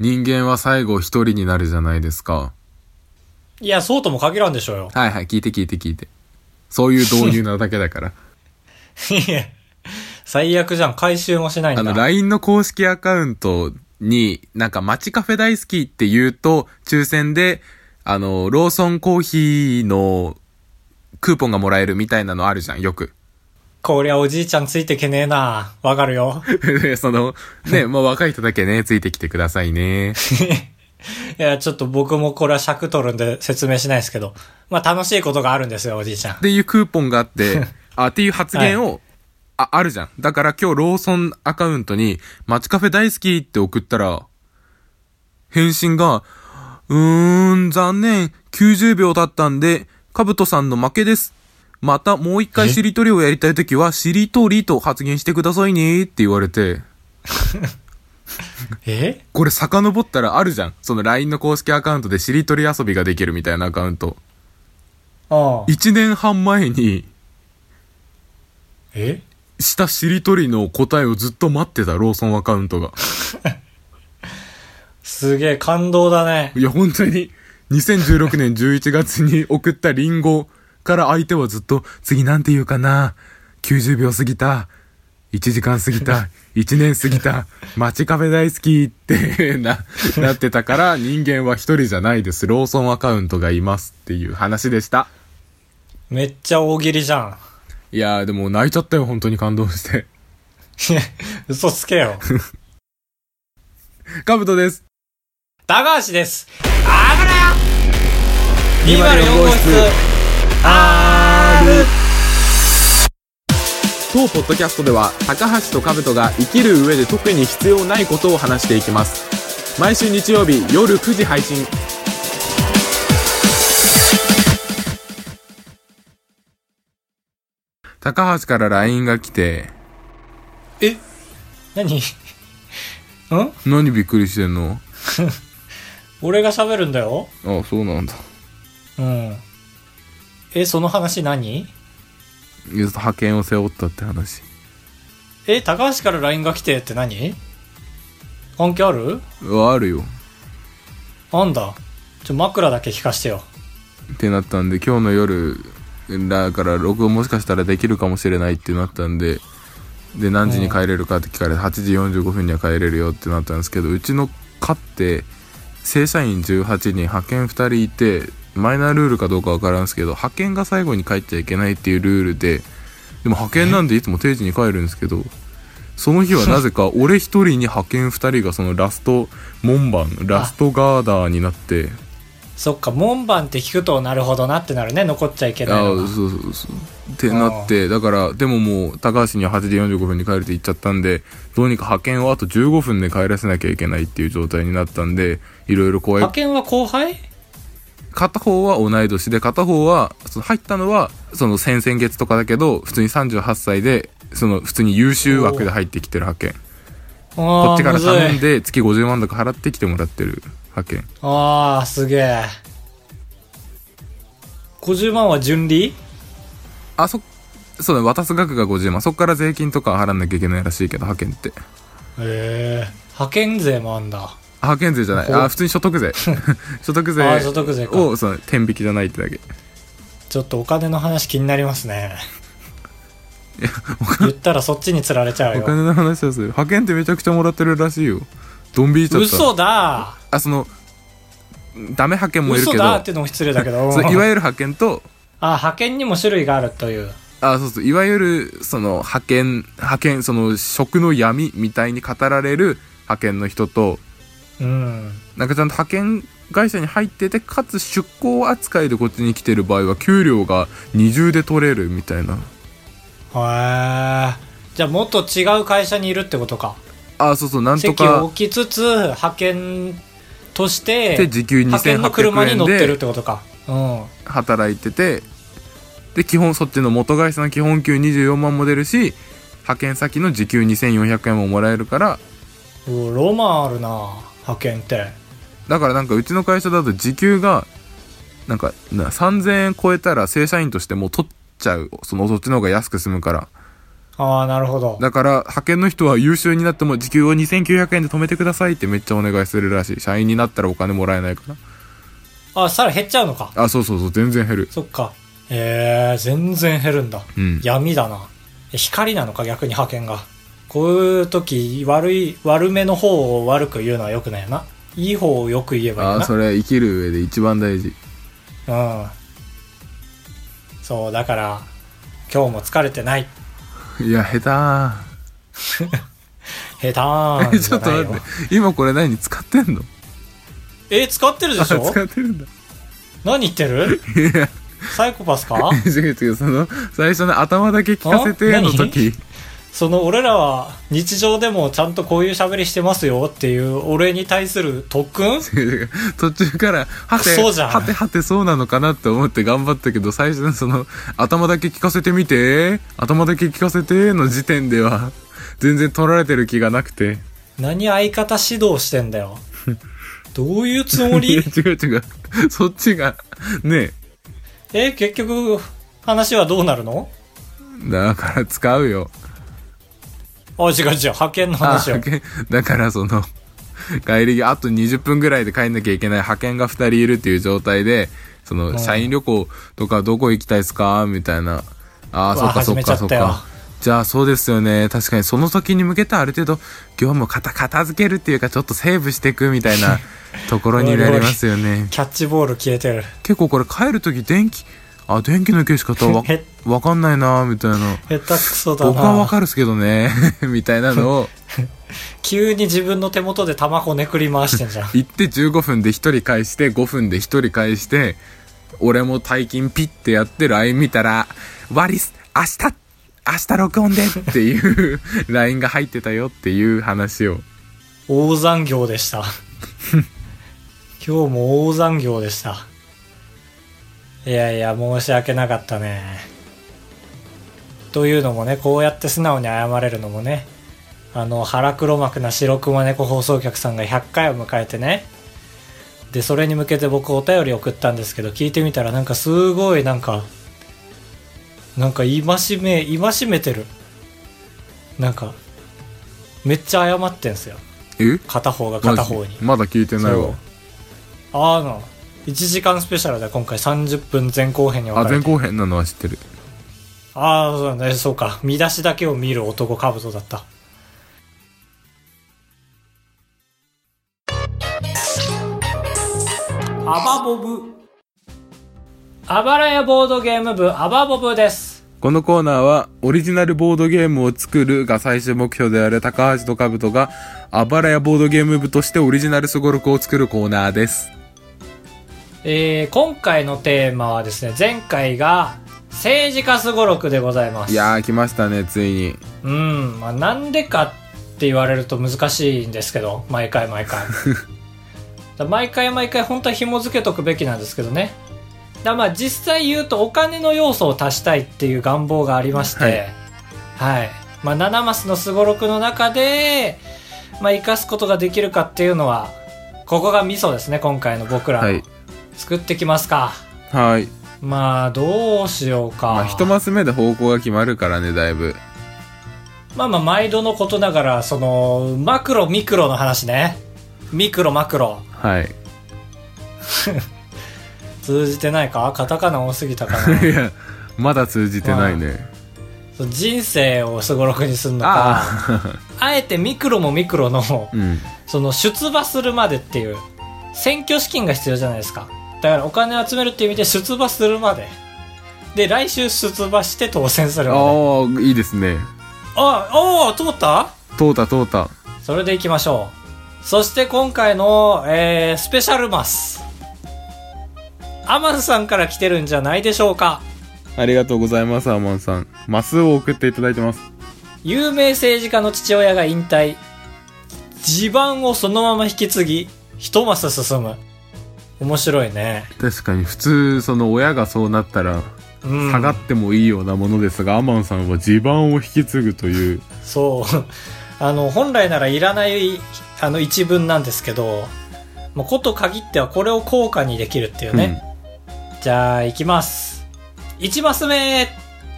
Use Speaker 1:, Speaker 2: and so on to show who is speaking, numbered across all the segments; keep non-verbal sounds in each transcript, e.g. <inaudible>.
Speaker 1: 人間は最後一人になるじゃないですか。
Speaker 2: いや、そうとも限らんでしょうよ。
Speaker 1: はいはい、聞いて聞いて聞いて。そういう導入なだけだ <laughs> から。
Speaker 2: いや、最悪じゃん。回収もしない
Speaker 1: あ
Speaker 2: ん
Speaker 1: の、
Speaker 2: だ。
Speaker 1: LINE の公式アカウントに、なんか、街カフェ大好きって言うと、抽選で、あの、ローソンコーヒーのクーポンがもらえるみたいなのあるじゃん、よく。 <laughs>
Speaker 2: こりゃおじいちゃんついてけねえな。わかるよ。 <laughs>
Speaker 1: でその、 <laughs> ね、まあ、若い人だけね、ついてきてくださいね。
Speaker 2: いや、ちょっと僕もこれは尺取るんで説明しないですけど。まあ、楽しいことがあるんですよ、おじいちゃん
Speaker 1: っ。ていうクーポンがあって、あ、っていう発言を、あ、あるじゃん。だから今日ローソンアカウントに、街カフェ大好きって送ったら、返信が、うーん、残念。90秒経ったんで、カブトさんの負けです。またもう一回
Speaker 2: え
Speaker 1: しりとりをやりたいときは、しりとりと発言してくださいねって言われて、
Speaker 2: え
Speaker 1: これ遡ったらあるじゃん。その LINE の公式アカウントでしりとり遊びができるみたいなアカウント。
Speaker 2: ああ。
Speaker 1: 1年半前に、
Speaker 2: え
Speaker 1: したしりとりの答えをずっと待ってたローソンアカウントが。 <laughs>
Speaker 2: すげえ感動だね。
Speaker 1: いや、本当に、2016年11月に送ったリンゴから相手はずっと、次なんて言うかな ?90 秒過ぎた。1時間過ぎた。1年過ぎた。街カフェ大好きってな、なってたから、人間は一人じゃないです。ローソンアカウントがいますっていう話でした。
Speaker 2: めっちゃ大喜利じゃん。 <laughs>
Speaker 1: いやーでも泣いちゃったよ、本当に感動して。
Speaker 2: いや嘘つけよ。 <laughs>
Speaker 1: カブトです。
Speaker 2: 高橋です。あぶらよ !204 号室、R!
Speaker 1: 当ポッドキャストでは高橋と兜が生きる上で特に必要ないことを話していきます毎週日曜日夜9時配信高橋から LINE が来て
Speaker 2: え何ん
Speaker 1: 何びっくりしてんの
Speaker 2: 俺が喋るんだよ
Speaker 1: あそうなんだ
Speaker 2: うん。え、その話何
Speaker 1: 派遣を背負ったって話
Speaker 2: え、高橋から LINE が来てって何関係ある
Speaker 1: はあるよ
Speaker 2: なんだ。ちょ、枕だけ聞かしてよ。
Speaker 1: ってなったんで今日の夜だから録音もしかしたらできるかもしれないってなったんでで何時に帰れるかって聞かれて8時45分には帰れるよってなったんですけどうちの課って正社員18人派遣2人いてマイナールールかどうかわからんすけど派遣が最後に帰っちゃいけないっていうルールででも派遣なんでいつも定時に帰るんですけどその日はなぜか俺1人に派遣2人がそのラスト門番ラストガーダーになって
Speaker 2: そっか、門番って聞くと、なるほどなってなるね。残っちゃいけない
Speaker 1: あ
Speaker 2: のが
Speaker 1: そうそうそうってなってだからでももう高橋には8時45分に帰るって言っちゃったんでどうにか派遣をあと15分で帰らせなきゃいけないっていう状態になったんでいろいろ怖い
Speaker 2: 派遣は後輩
Speaker 1: 片方は同い年で片方はその入ったのはその先々月とかだけど普通に38歳でその普通に優秀枠で入ってきてる派遣こ
Speaker 2: こ
Speaker 1: っちから頼ん
Speaker 2: で。
Speaker 1: で月50万だか払ってきてもらってる派遣
Speaker 2: あー、すげえ。50万は純利
Speaker 1: あそそうだ渡す額が50万そっから税金とか払んなきゃいけないらしいけど派遣って
Speaker 2: へえ。派遣税もあんだ。
Speaker 1: 派遣税じゃない
Speaker 2: ほう
Speaker 1: あ普通に所得
Speaker 2: <laughs>
Speaker 1: 税所得税
Speaker 2: あー所得税か
Speaker 1: をその天引きじゃないってだけ
Speaker 2: ちょっとお金の話気になりますね。言ったらそっちに釣られちゃう
Speaker 1: お
Speaker 2: よ。
Speaker 1: 金の話をする派遣ってめちゃくちゃもらってるらしいよドン引いちゃった
Speaker 2: 嘘だ
Speaker 1: あそのダメ派遣もいる
Speaker 2: 嘘
Speaker 1: け
Speaker 2: だっ
Speaker 1: ど
Speaker 2: ていうのも失礼だけど。
Speaker 1: <laughs> そういわゆる派遣と
Speaker 2: あ、派遣にも種類があるという。
Speaker 1: あそうそういわゆるその派遣派遣その職の闇みたいに語られる派遣の人と
Speaker 2: うん。
Speaker 1: なんかちゃんと派遣会社に入っててかつ出向扱いでこっちに来てる場合は給料が二重で取れるみたいな
Speaker 2: へえ。じゃあもっと違う会社にいるってことか。
Speaker 1: あそうそうなんと
Speaker 2: 席
Speaker 1: か
Speaker 2: を置きつつ、派遣として、
Speaker 1: で時給
Speaker 2: 派遣の車
Speaker 1: 2800
Speaker 2: に
Speaker 1: 円
Speaker 2: 乗ってるっ
Speaker 1: で
Speaker 2: てことか。うん。
Speaker 1: 働いててで基本そっちの元会社の基本給24万も出るし派遣先の時給2400円ももらえるから
Speaker 2: うわロマンあるな派遣って
Speaker 1: だからなんかうちの会社だと時給がなんかな3000円超えたら正社員としてもう取っちゃうそのそっちの方が安く済むから
Speaker 2: ああ、なるほど。
Speaker 1: だから、派遣の人は優秀になっても時給を2900円で止めてくださいってめっちゃお願いするらしい。社員になったらお金もらえないから。
Speaker 2: あ、さら減っちゃうのか。
Speaker 1: あ、そうそうそう、全然減る。
Speaker 2: そっか。えー、全然減るんだ。
Speaker 1: うん
Speaker 2: 闇だな。光なのか、逆に派遣が。こういう時、悪い、悪めの方を悪く言うのは良くないよな。いい方をよく言えばいい
Speaker 1: あ
Speaker 2: よ
Speaker 1: あ、
Speaker 2: な。
Speaker 1: それ生きる上で一番大事。
Speaker 2: うん。そう、だから、今日も疲れてない。
Speaker 1: いや、下
Speaker 2: 下手ー
Speaker 1: 手。<laughs>
Speaker 2: ん
Speaker 1: ち
Speaker 2: じ
Speaker 1: ょ
Speaker 2: ゃ
Speaker 1: っと
Speaker 2: ないよ。
Speaker 1: 待って。今これ何使ってんの
Speaker 2: え、使ってるで
Speaker 1: あ、
Speaker 2: し
Speaker 1: 使
Speaker 2: ょ
Speaker 1: ってるんだ。
Speaker 2: 何言ってる
Speaker 1: いや、
Speaker 2: サイコパ
Speaker 1: <laughs>
Speaker 2: スか
Speaker 1: 違う違う、その、最初の頭だけ聞かせての時。
Speaker 2: その俺らは日常でもちゃんとこういう喋りしてますよっていう俺に対する特訓
Speaker 1: <laughs> 途中から、はて、
Speaker 2: そうじゃん
Speaker 1: はてはてそうなのかなって思って頑張ったけど、最初のその、頭だけ聞かせてみて、頭だけ聞かせての時点では、全然取られてる気がなくて。
Speaker 2: 何相方指導してんだ
Speaker 1: <laughs>
Speaker 2: よ。どういうつも
Speaker 1: いや
Speaker 2: り
Speaker 1: <laughs> 違う違う。そっちが、ね
Speaker 2: え、結局話はどうなるの
Speaker 1: え、だから使うよ。
Speaker 2: あ、違う違う、派遣の
Speaker 1: あ
Speaker 2: 話を。
Speaker 1: 派遣だからその帰り際あと20分ぐらいで帰んなきゃいけない派遣が2人いるっていう状態でその社員旅行とかどこ行きたいですかみたいなああ
Speaker 2: わ
Speaker 1: そっか
Speaker 2: 始
Speaker 1: そっ
Speaker 2: めちゃ
Speaker 1: か
Speaker 2: っ
Speaker 1: そった
Speaker 2: よ
Speaker 1: かじゃあそうですよね確かにその先に向けてある程度業務を片片付けるっていうかちょっとセーブしていくみたい
Speaker 2: <laughs>
Speaker 1: なところになりますよね
Speaker 2: キャッチボール消えてる。
Speaker 1: 結構これ帰る時電気あ電気の消し方
Speaker 2: <laughs>
Speaker 1: わ
Speaker 2: え
Speaker 1: わかんないなみたいな
Speaker 2: 下手くそだ
Speaker 1: 僕はわ
Speaker 2: な。
Speaker 1: かるっすけどね <laughs> みたいなのを。
Speaker 2: 急に自分の手元で卵ねくり回してんじゃん
Speaker 1: 行って15分で1人返して5分で1人返して俺も大金ピッてやってる LINE 見たら「ワリス明日明日録音で!」っていう <laughs> LINE が入ってたよっていう話を
Speaker 2: 大残業でした。今日も大残業でした。いやいや、申し訳なかったね。というのもね、こうやって素直に謝れるのもね、あの、腹黒幕な白熊猫放送局さんが100回を迎えてね、で、それに向けて僕お便り送ったんですけど、聞いてみたらなんかすごいなんか、なんか戒め、戒めてる。なんか、めっちゃ謝ってんすよ。
Speaker 1: え
Speaker 2: 片方が
Speaker 1: マジ
Speaker 2: 片方に。
Speaker 1: まだ聞いてない
Speaker 2: そう
Speaker 1: わ
Speaker 2: ああの1時間スペシャルで今回30分前後編に分
Speaker 1: あ
Speaker 2: かれ
Speaker 1: 前
Speaker 2: て
Speaker 1: 後編なのは知ってる
Speaker 2: ああそうだねそうか見出しだけを見る男カブトだったアバボブあばらやボードゲーム部アバボブです
Speaker 1: このコーナーはオリジナルボードゲームを作るが最終目標である高橋と兜があばらやボードゲーム部としてオリジナルすごろくを作るコーナーです
Speaker 2: えー、今回のテーマはですね前回が政治家すごろくでございます
Speaker 1: いやー来ましたねついに
Speaker 2: うん、まあ、なんでかって言われると難しいんですけど、毎回毎
Speaker 1: <laughs>
Speaker 2: 回。だ毎回毎回本当は紐付けとくべきなんですけどね。だまあ実際言うとお金の要素を足したいっていう願望がありまして、はい。まあ7マスのすごろくの中で、まあ生かすことができるかっていうのは、ここがミソですね、今回の僕らの。
Speaker 1: はい
Speaker 2: 作ってきますか。
Speaker 1: はい
Speaker 2: まあどうしようか。
Speaker 1: まあ、一マス目で方向が決まるからね、だいぶ。
Speaker 2: まあまあ、毎度のことながら、その、マクロ、ミクロの話ね。ミクロ、マクロ。
Speaker 1: はい。
Speaker 2: 通じてないかカタカナ多すぎたか
Speaker 1: <laughs> い
Speaker 2: な。
Speaker 1: や、まだ通じてないね。
Speaker 2: そう人生をすごろくにすんのか。
Speaker 1: ああ、
Speaker 2: あえてミクロもミクロの、
Speaker 1: <laughs> うん。
Speaker 2: その、出馬するまでっていう、選挙資金が必要じゃないですか。だからお金を集めるっていう意味で出馬するまで。で、来週出馬して当選するまで。
Speaker 1: ああ、いいですね。
Speaker 2: あ、ああ、通った
Speaker 1: 通った通った。
Speaker 2: それで行きましょう。そして今回の、えースペシャルマス。アマンさんから来てるんじゃないでしょうか。
Speaker 1: ありがとうございます、アマンさん。マスを送っていただいてます。
Speaker 2: 有名政治家の父親が引退。地盤をそのまま引き継ぎ、一マス進む。面白いね。
Speaker 1: 確かに、普通、その親がそうなったら、
Speaker 2: うん。
Speaker 1: 下がってもいいようなものですが、アマンさんは地盤を引き継ぐという。
Speaker 2: そう。 <laughs> あの、本来ならいらない、あの、一文なんですけど、もうこと限ってはこれを効果にできるっていうね。じゃあ、行きます。1マス目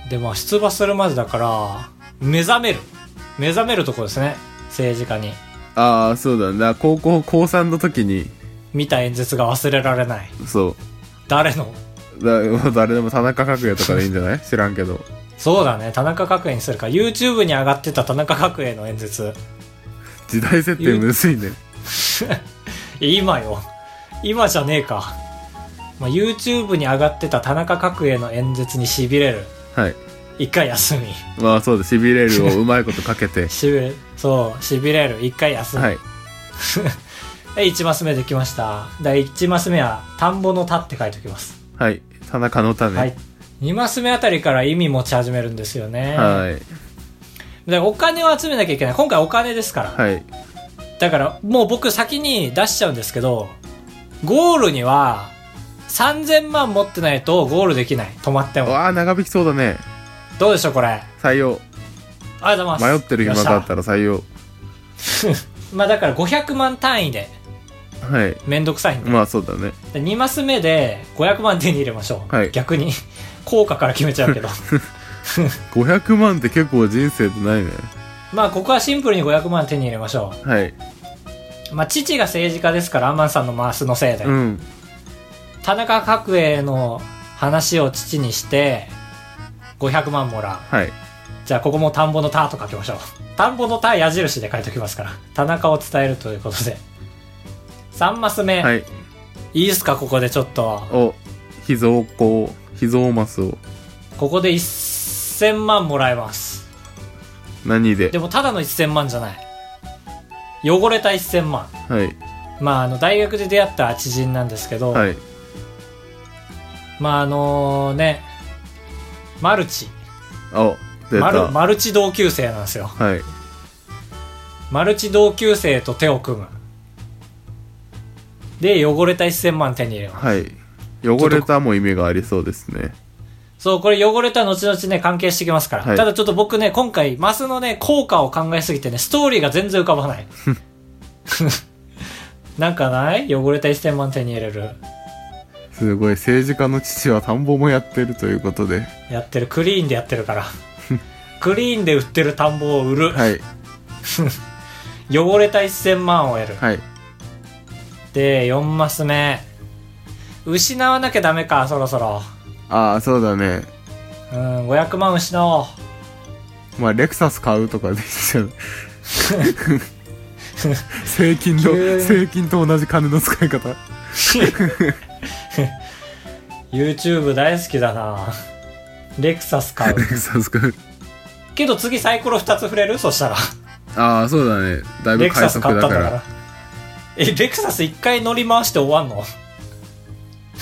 Speaker 2: でも、出馬するまでだから、目覚める目覚めるとこですね政治家に
Speaker 1: ああそうだな高校高3の時に
Speaker 2: 見た演説が忘れられない
Speaker 1: そ
Speaker 2: 誰の
Speaker 1: うだ <laughs> もう誰でも田中角栄とかでいいんじゃない知らんけど
Speaker 2: そうだね田中角栄にするか YouTube に上がってた田中角栄の演説 <laughs>
Speaker 1: 時代設定むずいね
Speaker 2: 今よ今じゃねえか、まあ、YouTube に上がってた田中角栄の演説にしびれる
Speaker 1: はい
Speaker 2: 一回休み
Speaker 1: まあそうだしびれるをうまいことかけ
Speaker 2: <laughs>
Speaker 1: て
Speaker 2: しびれそうしびれる一回休み、
Speaker 1: はい
Speaker 2: <laughs> はい、1マス目できました。第1マス目は、田んぼの田って書いておきます。
Speaker 1: はい田中の種
Speaker 2: はい。2マス目あたりから意味持ち始めるんですよね。
Speaker 1: はい
Speaker 2: でお金を集めなきゃいけない。今回お金ですから。
Speaker 1: はい
Speaker 2: だから、もう僕先に出しちゃうんですけど、ゴールには、3000万持ってないとゴールできない。止まって
Speaker 1: う
Speaker 2: も。
Speaker 1: わあ長引きそうだね
Speaker 2: どうでしょう、これ。あり
Speaker 1: 採用
Speaker 2: がとうござい
Speaker 1: 迷
Speaker 2: ます。
Speaker 1: ってる暇があった
Speaker 2: ら。
Speaker 1: ら採用
Speaker 2: まあだから500万単位で、
Speaker 1: はい
Speaker 2: めんどくさいんで。
Speaker 1: まあそうだね
Speaker 2: で2マス目で500万手に入れましょう。
Speaker 1: はい
Speaker 2: 逆に、 <laughs> 効果から決めちゃうけど。
Speaker 1: 500万って結構人生ってないね
Speaker 2: まあここはシンプルに500万手に入れましょ
Speaker 1: はい、
Speaker 2: う。まあ父が政治家ですから、アマンさんのマースのせいで。
Speaker 1: うん
Speaker 2: 田中角栄の話を父にして、500万もらう。
Speaker 1: はい
Speaker 2: じゃあここも田んぼの田と書きましょう。田んぼの田矢印で書いておきますから。田中を伝えるということで。3マス目。、
Speaker 1: はいい
Speaker 2: いっすかここでちょっと。
Speaker 1: お秘蔵庫秘蔵マスを
Speaker 2: ここで1000万もらえます。
Speaker 1: 何で
Speaker 2: でもただの1000万じゃない。汚れた1000万。
Speaker 1: はい
Speaker 2: まああの大学で出会った知人なんですけど、
Speaker 1: はい
Speaker 2: まああのね、マルチ。
Speaker 1: お出
Speaker 2: マ
Speaker 1: た
Speaker 2: ルマルチ同級生なんですよ。
Speaker 1: はい
Speaker 2: マルチ同級生と手を組む。で、汚れた1000万手に入れます。
Speaker 1: はい汚れたも意味がありそうですね
Speaker 2: そう、これ汚れた後々ね、関係してきますから。
Speaker 1: はい
Speaker 2: ただちょっと僕ね、今回、マスのね、効果を考えすぎてね、ストーリーが全然浮かば
Speaker 1: <laughs>
Speaker 2: ない。なんかない汚れた1000万手に入れる。
Speaker 1: すごい政治家の父は田んぼもやってるということで
Speaker 2: やってる。クリーンでやって
Speaker 1: <laughs>
Speaker 2: るから。クリーンで売ってる田んぼを売る。
Speaker 1: はい
Speaker 2: 汚れた1000万を得る。
Speaker 1: はい
Speaker 2: で4マス目失わなきゃダメかそろそろ
Speaker 1: ああそうだね
Speaker 2: うん500万失
Speaker 1: <laughs>
Speaker 2: おう
Speaker 1: まあレクサス買うとかでいいじゃ
Speaker 2: <laughs>
Speaker 1: ん税金の
Speaker 2: 急に
Speaker 1: 税金と同じ金の使い方
Speaker 2: YouTube 大好きだなレクサス買う
Speaker 1: レクサス買う
Speaker 2: けど次サイコロ2つ振れるそしたら
Speaker 1: ああそうだねだいぶ
Speaker 2: レク
Speaker 1: 快
Speaker 2: サス
Speaker 1: 速
Speaker 2: 買っ
Speaker 1: だ
Speaker 2: たん
Speaker 1: か
Speaker 2: だかららえレクサス1回乗り回して終わんの <laughs>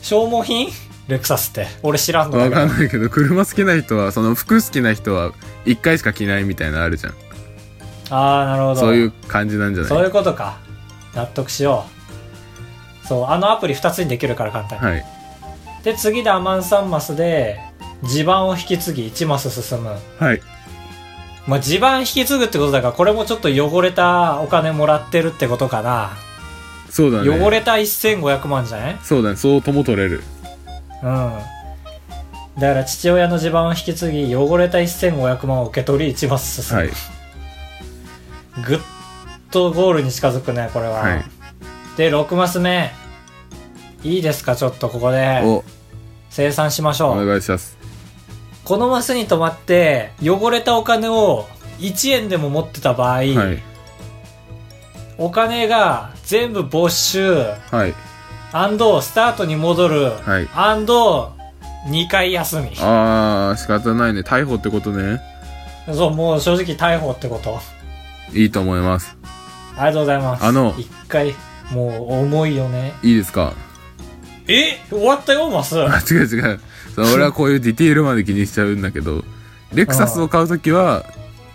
Speaker 2: 消耗品レクサスって俺知らんの
Speaker 1: わ
Speaker 2: だけ
Speaker 1: か
Speaker 2: ど
Speaker 1: んないけど車好きな人はその服好きな人は1回しか着ないみたいなのあるじゃん
Speaker 2: ああなるほど
Speaker 1: そういう感じなんじゃ
Speaker 2: そう
Speaker 1: ない
Speaker 2: いうことか納得しようそうあのアプリ2つにできるから簡単に
Speaker 1: はい
Speaker 2: で次でアマン3マスで地盤を引き継ぎ1マス進む、
Speaker 1: はい
Speaker 2: まあ、地盤引き継ぐってことだからこれもちょっと汚れたお金もらってるってことかな、
Speaker 1: そうだね
Speaker 2: 汚れた1500万じゃない
Speaker 1: そうだねそうとも取れる
Speaker 2: うんだから父親の地盤を引き継ぎ汚れた1500万を受け取り1マス進む、
Speaker 1: はい
Speaker 2: ぐっとゴールに近づくねこれは、
Speaker 1: はい
Speaker 2: で6マス目いいですかちょっとここで
Speaker 1: お
Speaker 2: 生産しましょう
Speaker 1: お願いします
Speaker 2: このマスに泊まって汚れたお金を1円でも持ってた場合、
Speaker 1: はい
Speaker 2: お金が全部没収
Speaker 1: はい
Speaker 2: アンドスタートに戻る
Speaker 1: はい
Speaker 2: アンド2回休み
Speaker 1: ああ仕方ないね逮捕ってことね
Speaker 2: そうもう正直逮捕ってこと
Speaker 1: いいと思います
Speaker 2: ありがとうございます
Speaker 1: あの
Speaker 2: 1回もう重いよね
Speaker 1: いいですか
Speaker 2: え終わったよマス
Speaker 1: あ違う違うそう俺はこういうディテールまで気にしちゃうんだけどレクサスを買うときは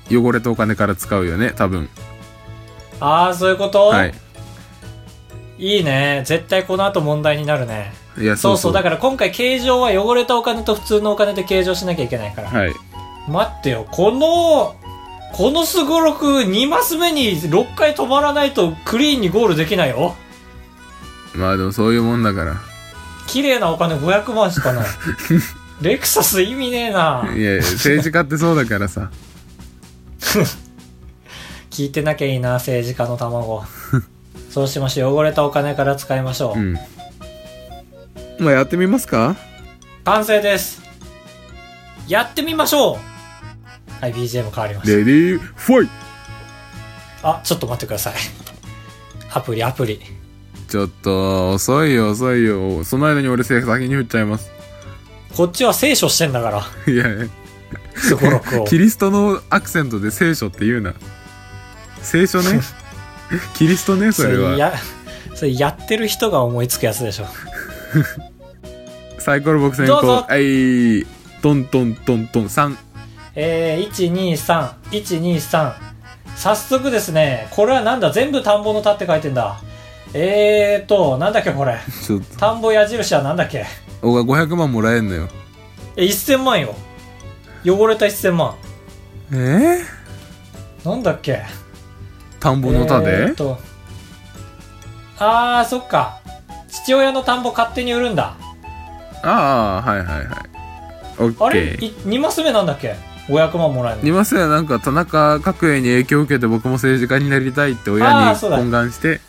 Speaker 1: 汚れたお金から使うよね多分
Speaker 2: ああそういうこと、
Speaker 1: はい
Speaker 2: いいね絶対この後問題になるね
Speaker 1: いや
Speaker 2: そうそうだ
Speaker 1: か
Speaker 2: から今回計上は汚れたお金と普通のお金で計上しなきゃいけないから
Speaker 1: はい
Speaker 2: 待ってよ、この、このすごろく2マス目に6回止まらないとクリーンにゴールできないよ。
Speaker 1: まあでもそういうもんだから
Speaker 2: 綺麗なお金500万しかない。レクサス意味ねえない
Speaker 1: やいや政治家ってそうだからさ
Speaker 2: 聞いてなきゃいいな政治家の卵そうしましょう汚れたお金から使いましょう、
Speaker 1: うんまあやってみますか
Speaker 2: 完成ですやってみましょうはい BGM 変わりました
Speaker 1: レディーファイ
Speaker 2: あちょっと待ってくださいアプリアプリ
Speaker 1: ちょっと遅いよ遅いよその間に俺先に振っちゃいます
Speaker 2: こっちは聖書してんだから
Speaker 1: いやいや
Speaker 2: すごろくを
Speaker 1: キリストのアクセントで聖書って言うな聖書
Speaker 2: <laughs>
Speaker 1: ねキリストねそれは
Speaker 2: や <laughs> それやってる人が思いつくやつでしょ
Speaker 1: サイコロ僕先
Speaker 2: どうぞ
Speaker 1: 行はいトントントントン3
Speaker 2: えー、123123早速ですねこれはなんだ全部田んぼの田って書いてんだえーとなんだっけこれ
Speaker 1: ちょっ
Speaker 2: 田んぼ矢印はなんだっけ
Speaker 1: とおが500万もらえんのよ
Speaker 2: え1000万よ汚れた1000万
Speaker 1: えー、
Speaker 2: なんだっけ
Speaker 1: 田んぼの田
Speaker 2: え
Speaker 1: で
Speaker 2: ー、とあーそっか父親の田んぼ勝手に売るんだ
Speaker 1: ああはいはいはいオッ
Speaker 2: あれ、
Speaker 1: ケ
Speaker 2: い2マス目なんだっけ500万もらえる
Speaker 1: ー
Speaker 2: の
Speaker 1: いますはなんか田中角栄に影響を受けて僕も政治家になりたいって
Speaker 2: あ
Speaker 1: 親
Speaker 2: ー
Speaker 1: に
Speaker 2: そうだ
Speaker 1: 懇願して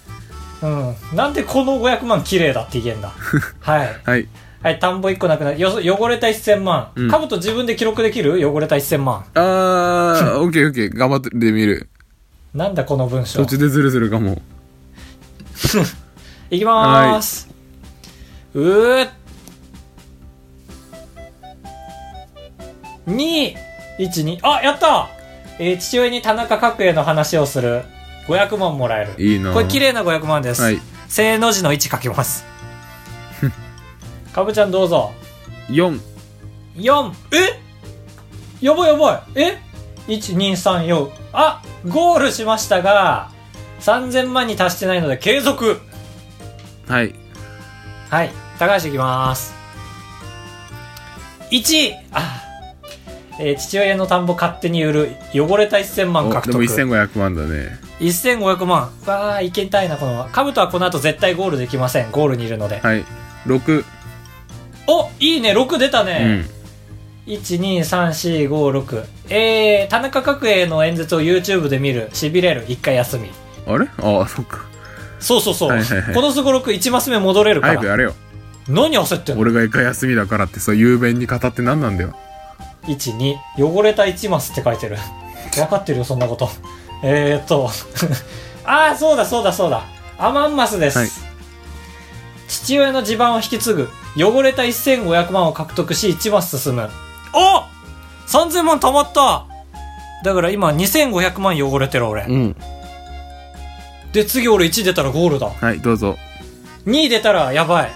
Speaker 2: うんなんでこの500万綺麗だっ
Speaker 1: <laughs>
Speaker 2: て言えんだはい
Speaker 1: はい
Speaker 2: はい、田んぼ1個なくなる。よそ汚れた1000万。
Speaker 1: うん
Speaker 2: かぶと自分で記録できる汚れた1000万。
Speaker 1: あ
Speaker 2: <laughs>
Speaker 1: ーオッケーオッケー頑張ってみる
Speaker 2: なんだこの文章。
Speaker 1: 途中でズルズルかも
Speaker 2: いきまーす。うー2、1、2。あ、やったえー父親に田中角栄の話をする。500万もらえる。
Speaker 1: いいな
Speaker 2: これ綺麗な500万です。
Speaker 1: はい
Speaker 2: 正の字の位置書
Speaker 1: <laughs>
Speaker 2: きます。かぶちゃんどうぞ。
Speaker 1: 4
Speaker 2: 4えやばいやばいえ1234あゴールしましたが3000万に達してないので継続
Speaker 1: はい
Speaker 2: はい高橋いきます1あ、えー父親の田んぼ勝手に売る汚れた1000万
Speaker 1: お
Speaker 2: 獲
Speaker 1: でも
Speaker 2: 得
Speaker 1: 1500万だね
Speaker 2: 1500万わあいけたいなこのカブトはこの後絶対ゴールできませんゴールにいるので、
Speaker 1: はい6
Speaker 2: おいいね6出たね、
Speaker 1: うん
Speaker 2: 12345えー、田中角栄の演説を YouTube で見るしびれる一回休み
Speaker 1: あれああそっか
Speaker 2: そうそうそう、
Speaker 1: はいはいはい
Speaker 2: このすごろく1マス目戻れるか
Speaker 1: 早くや
Speaker 2: ら
Speaker 1: れよ
Speaker 2: 何焦ってんの
Speaker 1: <laughs> 俺が一回休みだからってそう雄弁に語って何なんだよ
Speaker 2: 12汚れた1マスって書いてる <laughs> 分かってるよそんなことえーっと <laughs> ああそうだそうだそうだアマンマスです、
Speaker 1: はい
Speaker 2: 父親の地盤を引き継ぐ汚れた1500万を獲得し1マス進むお !3000 万貯まっただから今2500万汚れてる俺、
Speaker 1: ん
Speaker 2: で次俺1出たらゴールだ
Speaker 1: はいどうぞ
Speaker 2: 2出たらやばい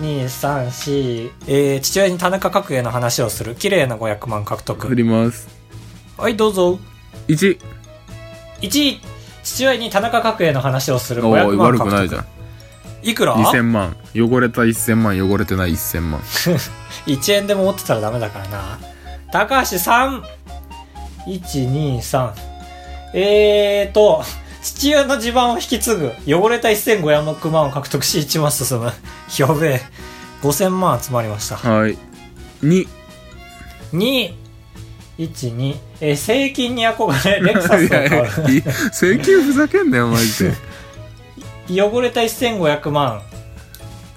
Speaker 2: 6!1234 えー、父親に田中角栄の話をする綺麗な500万獲
Speaker 1: 振
Speaker 2: 得
Speaker 1: ります
Speaker 2: はいどうぞ
Speaker 1: 1
Speaker 2: 1父親に田中角栄の話をする
Speaker 1: お
Speaker 2: 500
Speaker 1: お
Speaker 2: 万獲
Speaker 1: 悪
Speaker 2: 得
Speaker 1: くないじゃん
Speaker 2: いくら
Speaker 1: 2000万汚れた1000万汚れてない1000万
Speaker 2: ?1 円でも持ってたらダメだからな高橋さん123えーと父親の地盤を引き継ぐ汚れた1500万を獲得し1万進む <laughs> やべえ5000万集まりました
Speaker 1: はい2
Speaker 2: 212えー、税金に憧
Speaker 1: <laughs>
Speaker 2: れレクサスを買う
Speaker 1: 請求ふざけんなよマジ <laughs> で
Speaker 2: 汚れた1500万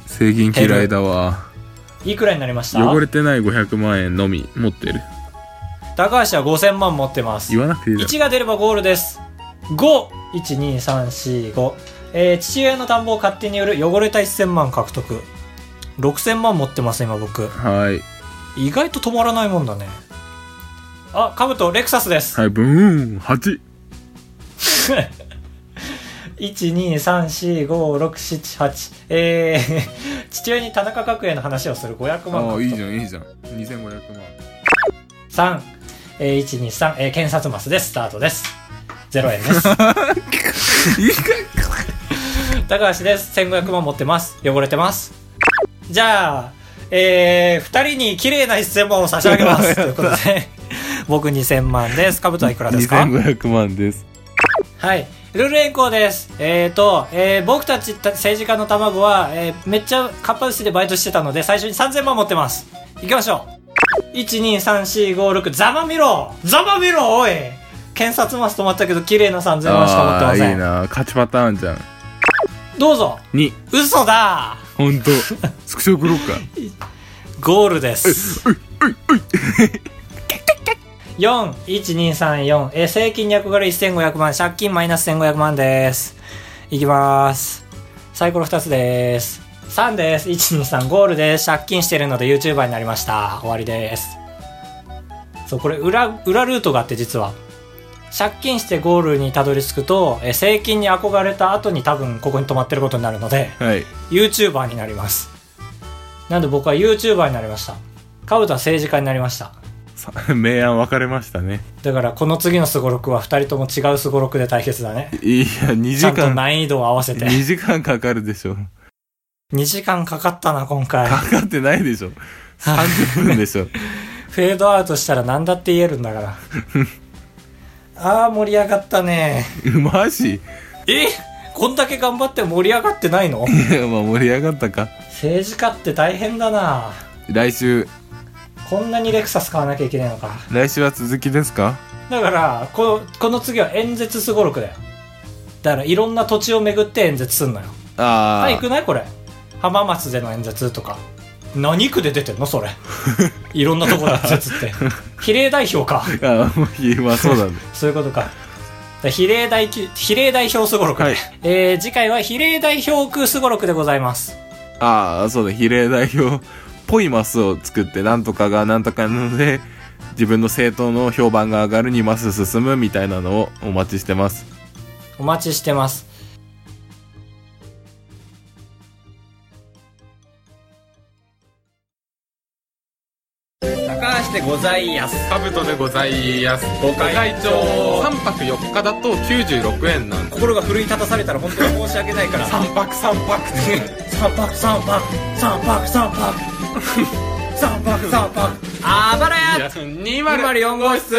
Speaker 1: 税金嫌いだわ
Speaker 2: いくらになりました
Speaker 1: 汚れてない500万円のみ持ってる
Speaker 2: 高橋は5000万持ってます
Speaker 1: 言わなくていいだろ
Speaker 2: 1が出ればゴールです512345えー、父親の田んぼを勝手に売る汚れた1000万獲得6000万持ってます今僕
Speaker 1: はい
Speaker 2: 意外と止まらないもんだねあカブトレクサスです
Speaker 1: はいブーン8
Speaker 2: 1234567えー、 <laughs> 父親に田中角栄の話をする500万
Speaker 1: ああいい
Speaker 2: 獲
Speaker 1: じゃんいいじゃん2500万
Speaker 2: 得3えー、123、えー、検察マスですスタートです0円です高橋です1500万持ってます汚れてますじゃあえー、2人に綺麗な1000万を差し上げますということで僕2000万ですかぶとはいくらですか
Speaker 1: 2500万です
Speaker 2: はい、ルール変更です。えーと、えー僕たちた政治家の卵は、えーめっちゃかっぱ寿司でバイトしてたので、最初に3000万持ってます。行きましょう。1,2,3,4,5,6ざまみろざまみろおい検察マス止まったけど、綺麗な3000万しか持って
Speaker 1: あ
Speaker 2: ま
Speaker 1: あ
Speaker 2: せん。
Speaker 1: いいな勝ちパターンじゃん
Speaker 2: どうぞ
Speaker 1: 2
Speaker 2: 嘘だ
Speaker 1: ほんとスクショ送ろうか
Speaker 2: ゴールです。4、1、2、3、4。えー、正金に憧れ1500万、借金マイナス1500万です。いきます。サイコロ2つです。3です。1、2、3、ゴールです。借金してるので YouTuber になりました。終わりです。そう、これ裏、裏ルートがあって実は。借金してゴールにたどり着くと、えー、正金に憧れた後に多分ここに止まってることになるので、
Speaker 1: はい
Speaker 2: YouTuber になりますなんで僕は YouTuber になりましたカブトは政治家になりました
Speaker 1: さ明暗分かれましたね
Speaker 2: だからこの次のすごろくは2人とも違うすごろくで対決だね
Speaker 1: いや2
Speaker 2: ち
Speaker 1: 時
Speaker 2: ゃんと
Speaker 1: 間
Speaker 2: 難易度を合わせて
Speaker 1: 2時間かかるでしょ
Speaker 2: 2時間かかったな今回
Speaker 1: かかってない <laughs> でしょ30分でしょ
Speaker 2: <laughs> フェードアウトしたら何だって言えるんだから
Speaker 1: <laughs>
Speaker 2: あー盛り上がったね
Speaker 1: マジ
Speaker 2: えこんだけ頑張って盛り上がってない
Speaker 1: <laughs>
Speaker 2: の
Speaker 1: いやまあ盛り上がったか
Speaker 2: 政治家って大変だな
Speaker 1: 来週
Speaker 2: こんなにレクサス買わなきゃいけないのか
Speaker 1: 来週は続きですか
Speaker 2: だからここの次は演説すごろくだよだからいろんな土地を巡って演説すんのよ
Speaker 1: ああ、
Speaker 2: はいくないこれ浜松での演説とか何区で出てんの
Speaker 1: <laughs>
Speaker 2: それいろんなところで演説って比例代表か
Speaker 1: あーもういいまあそうだね <laughs>
Speaker 2: そういうことかだから比例代き比例代表すごろくね、
Speaker 1: はい
Speaker 2: えー次回は比例代表区すごろくでございます
Speaker 1: ああそうだ比例代表っぽいマスを作ってなんとかがなんとかなので自分の政党の評判が上がるにマス進むみたいなのをお待ちしてます
Speaker 2: お待ちしてます高橋でございやす
Speaker 1: カブトでございやすご
Speaker 2: 会長
Speaker 1: 3泊4日だと96円なんで
Speaker 2: 心が奮い立たされたら本当に申し訳ないから三
Speaker 1: 泊3泊
Speaker 2: 泊三泊三泊三
Speaker 1: <laughs>
Speaker 2: 泊三泊三泊あばらや
Speaker 1: 204号室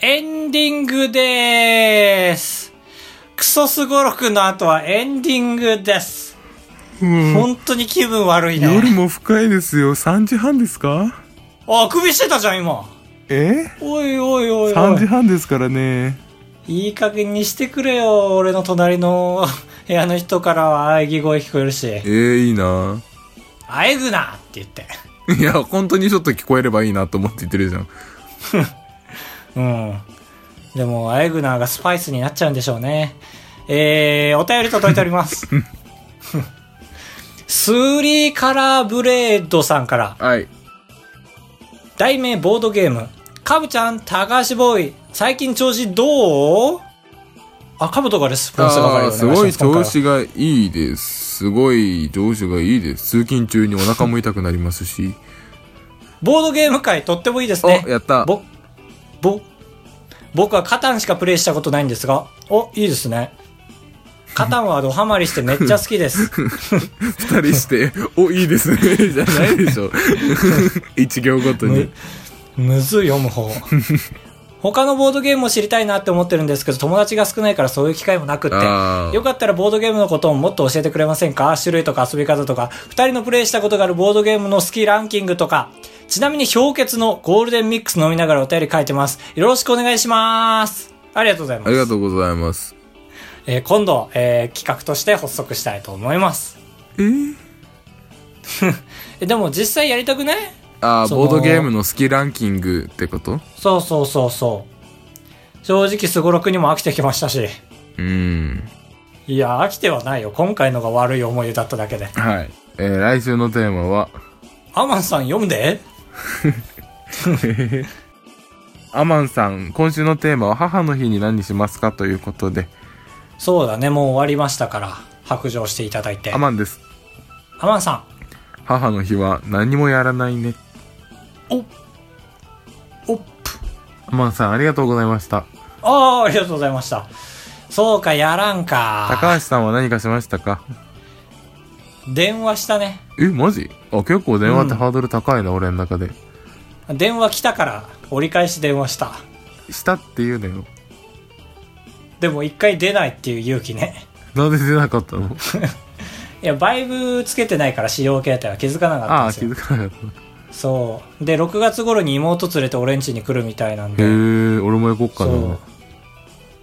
Speaker 2: エンディングでーすクソすごろくの後はエンディングです本当に気分悪いな
Speaker 1: 夜も深いですよ3時半ですか
Speaker 2: ああくびしてたじゃん今
Speaker 1: え
Speaker 2: おいおいおいお
Speaker 1: 3時
Speaker 2: い
Speaker 1: 半ですからね
Speaker 2: いい加減にしてくれよ俺の隣の <laughs> 部屋の人からは喘ぎ声聞こえるし
Speaker 1: えー、いいな
Speaker 2: 「喘ぐな!」って言って
Speaker 1: いや、本当にちょっと聞こえればいいなと思って言ってるじゃん。
Speaker 2: うん。でも、アエグナーがスパイスになっちゃうんでしょうね。えー、お便り届いてお
Speaker 1: <laughs>
Speaker 2: ります。スリーカラーブレードさんから、
Speaker 1: はい。
Speaker 2: 題名ボードゲーム、カブちゃん、高橋ボーイ、最近調子どうあ、カブとかでスポンサーばかりお願いし
Speaker 1: す
Speaker 2: ます
Speaker 1: ごい調
Speaker 2: 今
Speaker 1: 子がいいです。すごい調子がいいです。通勤中にお腹も痛くなりますし。
Speaker 2: 回はボードゲーム界とってもいいです
Speaker 1: お、
Speaker 2: ね。
Speaker 1: やった。
Speaker 2: ぼ、ぼ、僕はカタンしかプレイしたことないんですが、お、いいですね。カタンはドハマりしてめっちゃ好きです。 <laughs>
Speaker 1: 二人して、お、いいですね。 <laughs> じゃないでしょ。 <laughs> 一行ごとに。
Speaker 2: むずい読む方他のボードゲームを知りたいなって思ってるんですけど友達が少ないからそういう機会もなくって
Speaker 1: あー
Speaker 2: よかったらボードゲームのことをもっと教えてくれませんか種類とか遊び方とか2人のプレイしたことがあるボードゲームの好きランキングとかちなみに氷結のゴールデンミックス飲みながらお便り書いてますよろしくお願いしますありがとうございます
Speaker 1: ありがとうございます。
Speaker 2: えー今度、えー企画として発足したいと思います
Speaker 1: えー
Speaker 2: <laughs> えでも実際やりたくない
Speaker 1: あー、
Speaker 2: その
Speaker 1: ボードゲームの好きランキングってこと
Speaker 2: そうそうそうそう正直すごろくにも飽きてきましたし
Speaker 1: うん。
Speaker 2: いや、飽きてはないよ。今回のが悪い思い出だっただけで。
Speaker 1: はい。えー、来週のテーマは、
Speaker 2: アマンさん読んで
Speaker 1: アマンさん、今週のテーマは母の日に何しますかということで、
Speaker 2: そうだね、もう終わりましたから。白状していただいて。
Speaker 1: アマンです。
Speaker 2: アマンさ
Speaker 1: 母の日は何もやらないね。
Speaker 2: ん。おおっ
Speaker 1: アマンさん、ありがとうございました。
Speaker 2: ああ、ありがとうございました。そうか、やらんか。
Speaker 1: 高橋さんは何かしましたか
Speaker 2: 電話したね。
Speaker 1: え、マジあ、結構電話ってハードル高いな、俺の中で。
Speaker 2: 電話来たから、折り返し電話した。
Speaker 1: したって言うのよ。
Speaker 2: でも一回出ないっていう勇気ね。
Speaker 1: なんで出なかったの
Speaker 2: いや、バイブつけてないから使用形態は気づかなかったん
Speaker 1: ああ
Speaker 2: です
Speaker 1: 気
Speaker 2: よ
Speaker 1: づ。かなかった
Speaker 2: そう。で、6月頃に妹連れて俺ん家に来るみたいなん
Speaker 1: へ
Speaker 2: で。
Speaker 1: え俺も行こっか
Speaker 2: そ
Speaker 1: な
Speaker 2: う。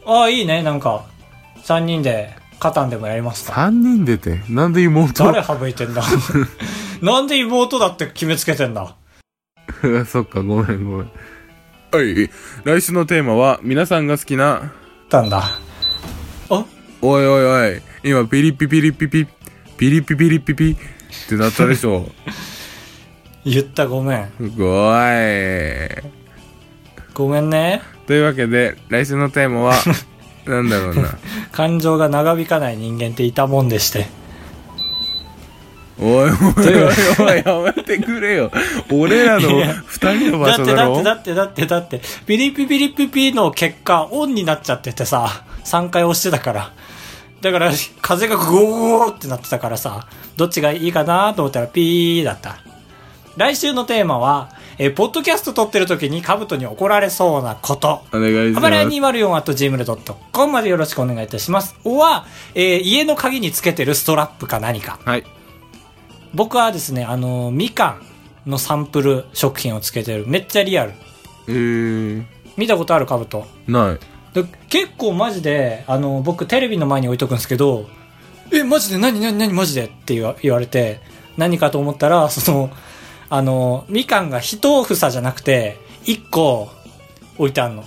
Speaker 2: ああ、いいね、なんか。3人で、カタンでもやりますか。
Speaker 1: 3人出てなんで妹
Speaker 2: 誰省い
Speaker 1: <laughs>
Speaker 2: てんだなんで妹だって決めつけてんだ
Speaker 1: あ <laughs> そっか、ごめんごめん。はい。来週のテーマは、皆さんが好きな、
Speaker 2: たんだ。あ
Speaker 1: おいおいおい、今、ピリピピリピピ、ピリピピリピピってなったでし
Speaker 2: <laughs>
Speaker 1: ょ。
Speaker 2: 言ったごめん。
Speaker 1: すごい。
Speaker 2: ごめんね。
Speaker 1: というわけで、来週のテーマ
Speaker 2: <laughs>
Speaker 1: は、なんだろうな。
Speaker 2: 感情が長引かない人間っていたもんでして。
Speaker 1: おいおいおいおい、やめてくれよ。俺らの二人の場
Speaker 2: だっ
Speaker 1: 所
Speaker 2: て
Speaker 1: だ
Speaker 2: だっ
Speaker 1: ろ
Speaker 2: てだってだってだって、ピリピピリピピの結果、オンになっちゃっててさ、3回押してたから。だから、風がゴーってなってたからさ、どっちがいいかなと思ったらピーだった。来週のテーマは、えーポッドキャスト撮ってる時にカブトに怒られそうなこと。
Speaker 1: お願いし
Speaker 2: あ
Speaker 1: ま
Speaker 2: ばらや
Speaker 1: す。
Speaker 2: 204 at gmail.com までよろしくお願いいたします。おは、えー家の鍵につけてるストラップか何か。
Speaker 1: はい。
Speaker 2: 僕はですね、あのーみかんのサンプル食品をつけてる。めっちゃリアル。
Speaker 1: えー、
Speaker 2: 見たことあるカブト。
Speaker 1: ない。
Speaker 2: で結構マジで、あのー僕テレビの前に置いとくんですけど、え、マジで何何何マジでって言わ言われて、何かと思ったら、その、あのーみかんが一房じゃなくて、一個置いてあんの。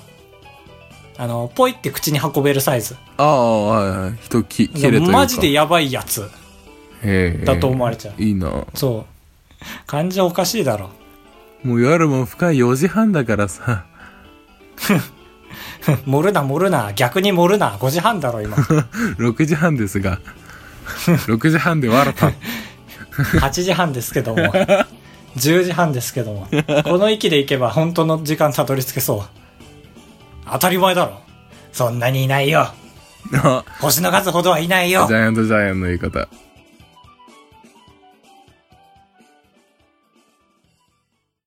Speaker 2: あのーポイって口に運べるサイズ。
Speaker 1: ああ、はいはい。人き、切れというか。
Speaker 2: マジでやばいやつ
Speaker 1: へー
Speaker 2: だと思われちゃう、
Speaker 1: いいな。
Speaker 2: そう感情おかしいだろ <laughs>
Speaker 1: もう夜も深い4時半だからさ。 <laughs>
Speaker 2: 盛るな盛るな逆に盛るな5時半だろ今
Speaker 1: 6時半ですが。6時半で笑
Speaker 2: <laughs>
Speaker 1: った。
Speaker 2: 8時半ですけども10時半ですけどもこの域でいけば本当の時間たどり着けそう当たり前だろそんなにいないよ
Speaker 1: あ
Speaker 2: 星の数ほどはいないよ
Speaker 1: ジャイアントジャイアンの言い方。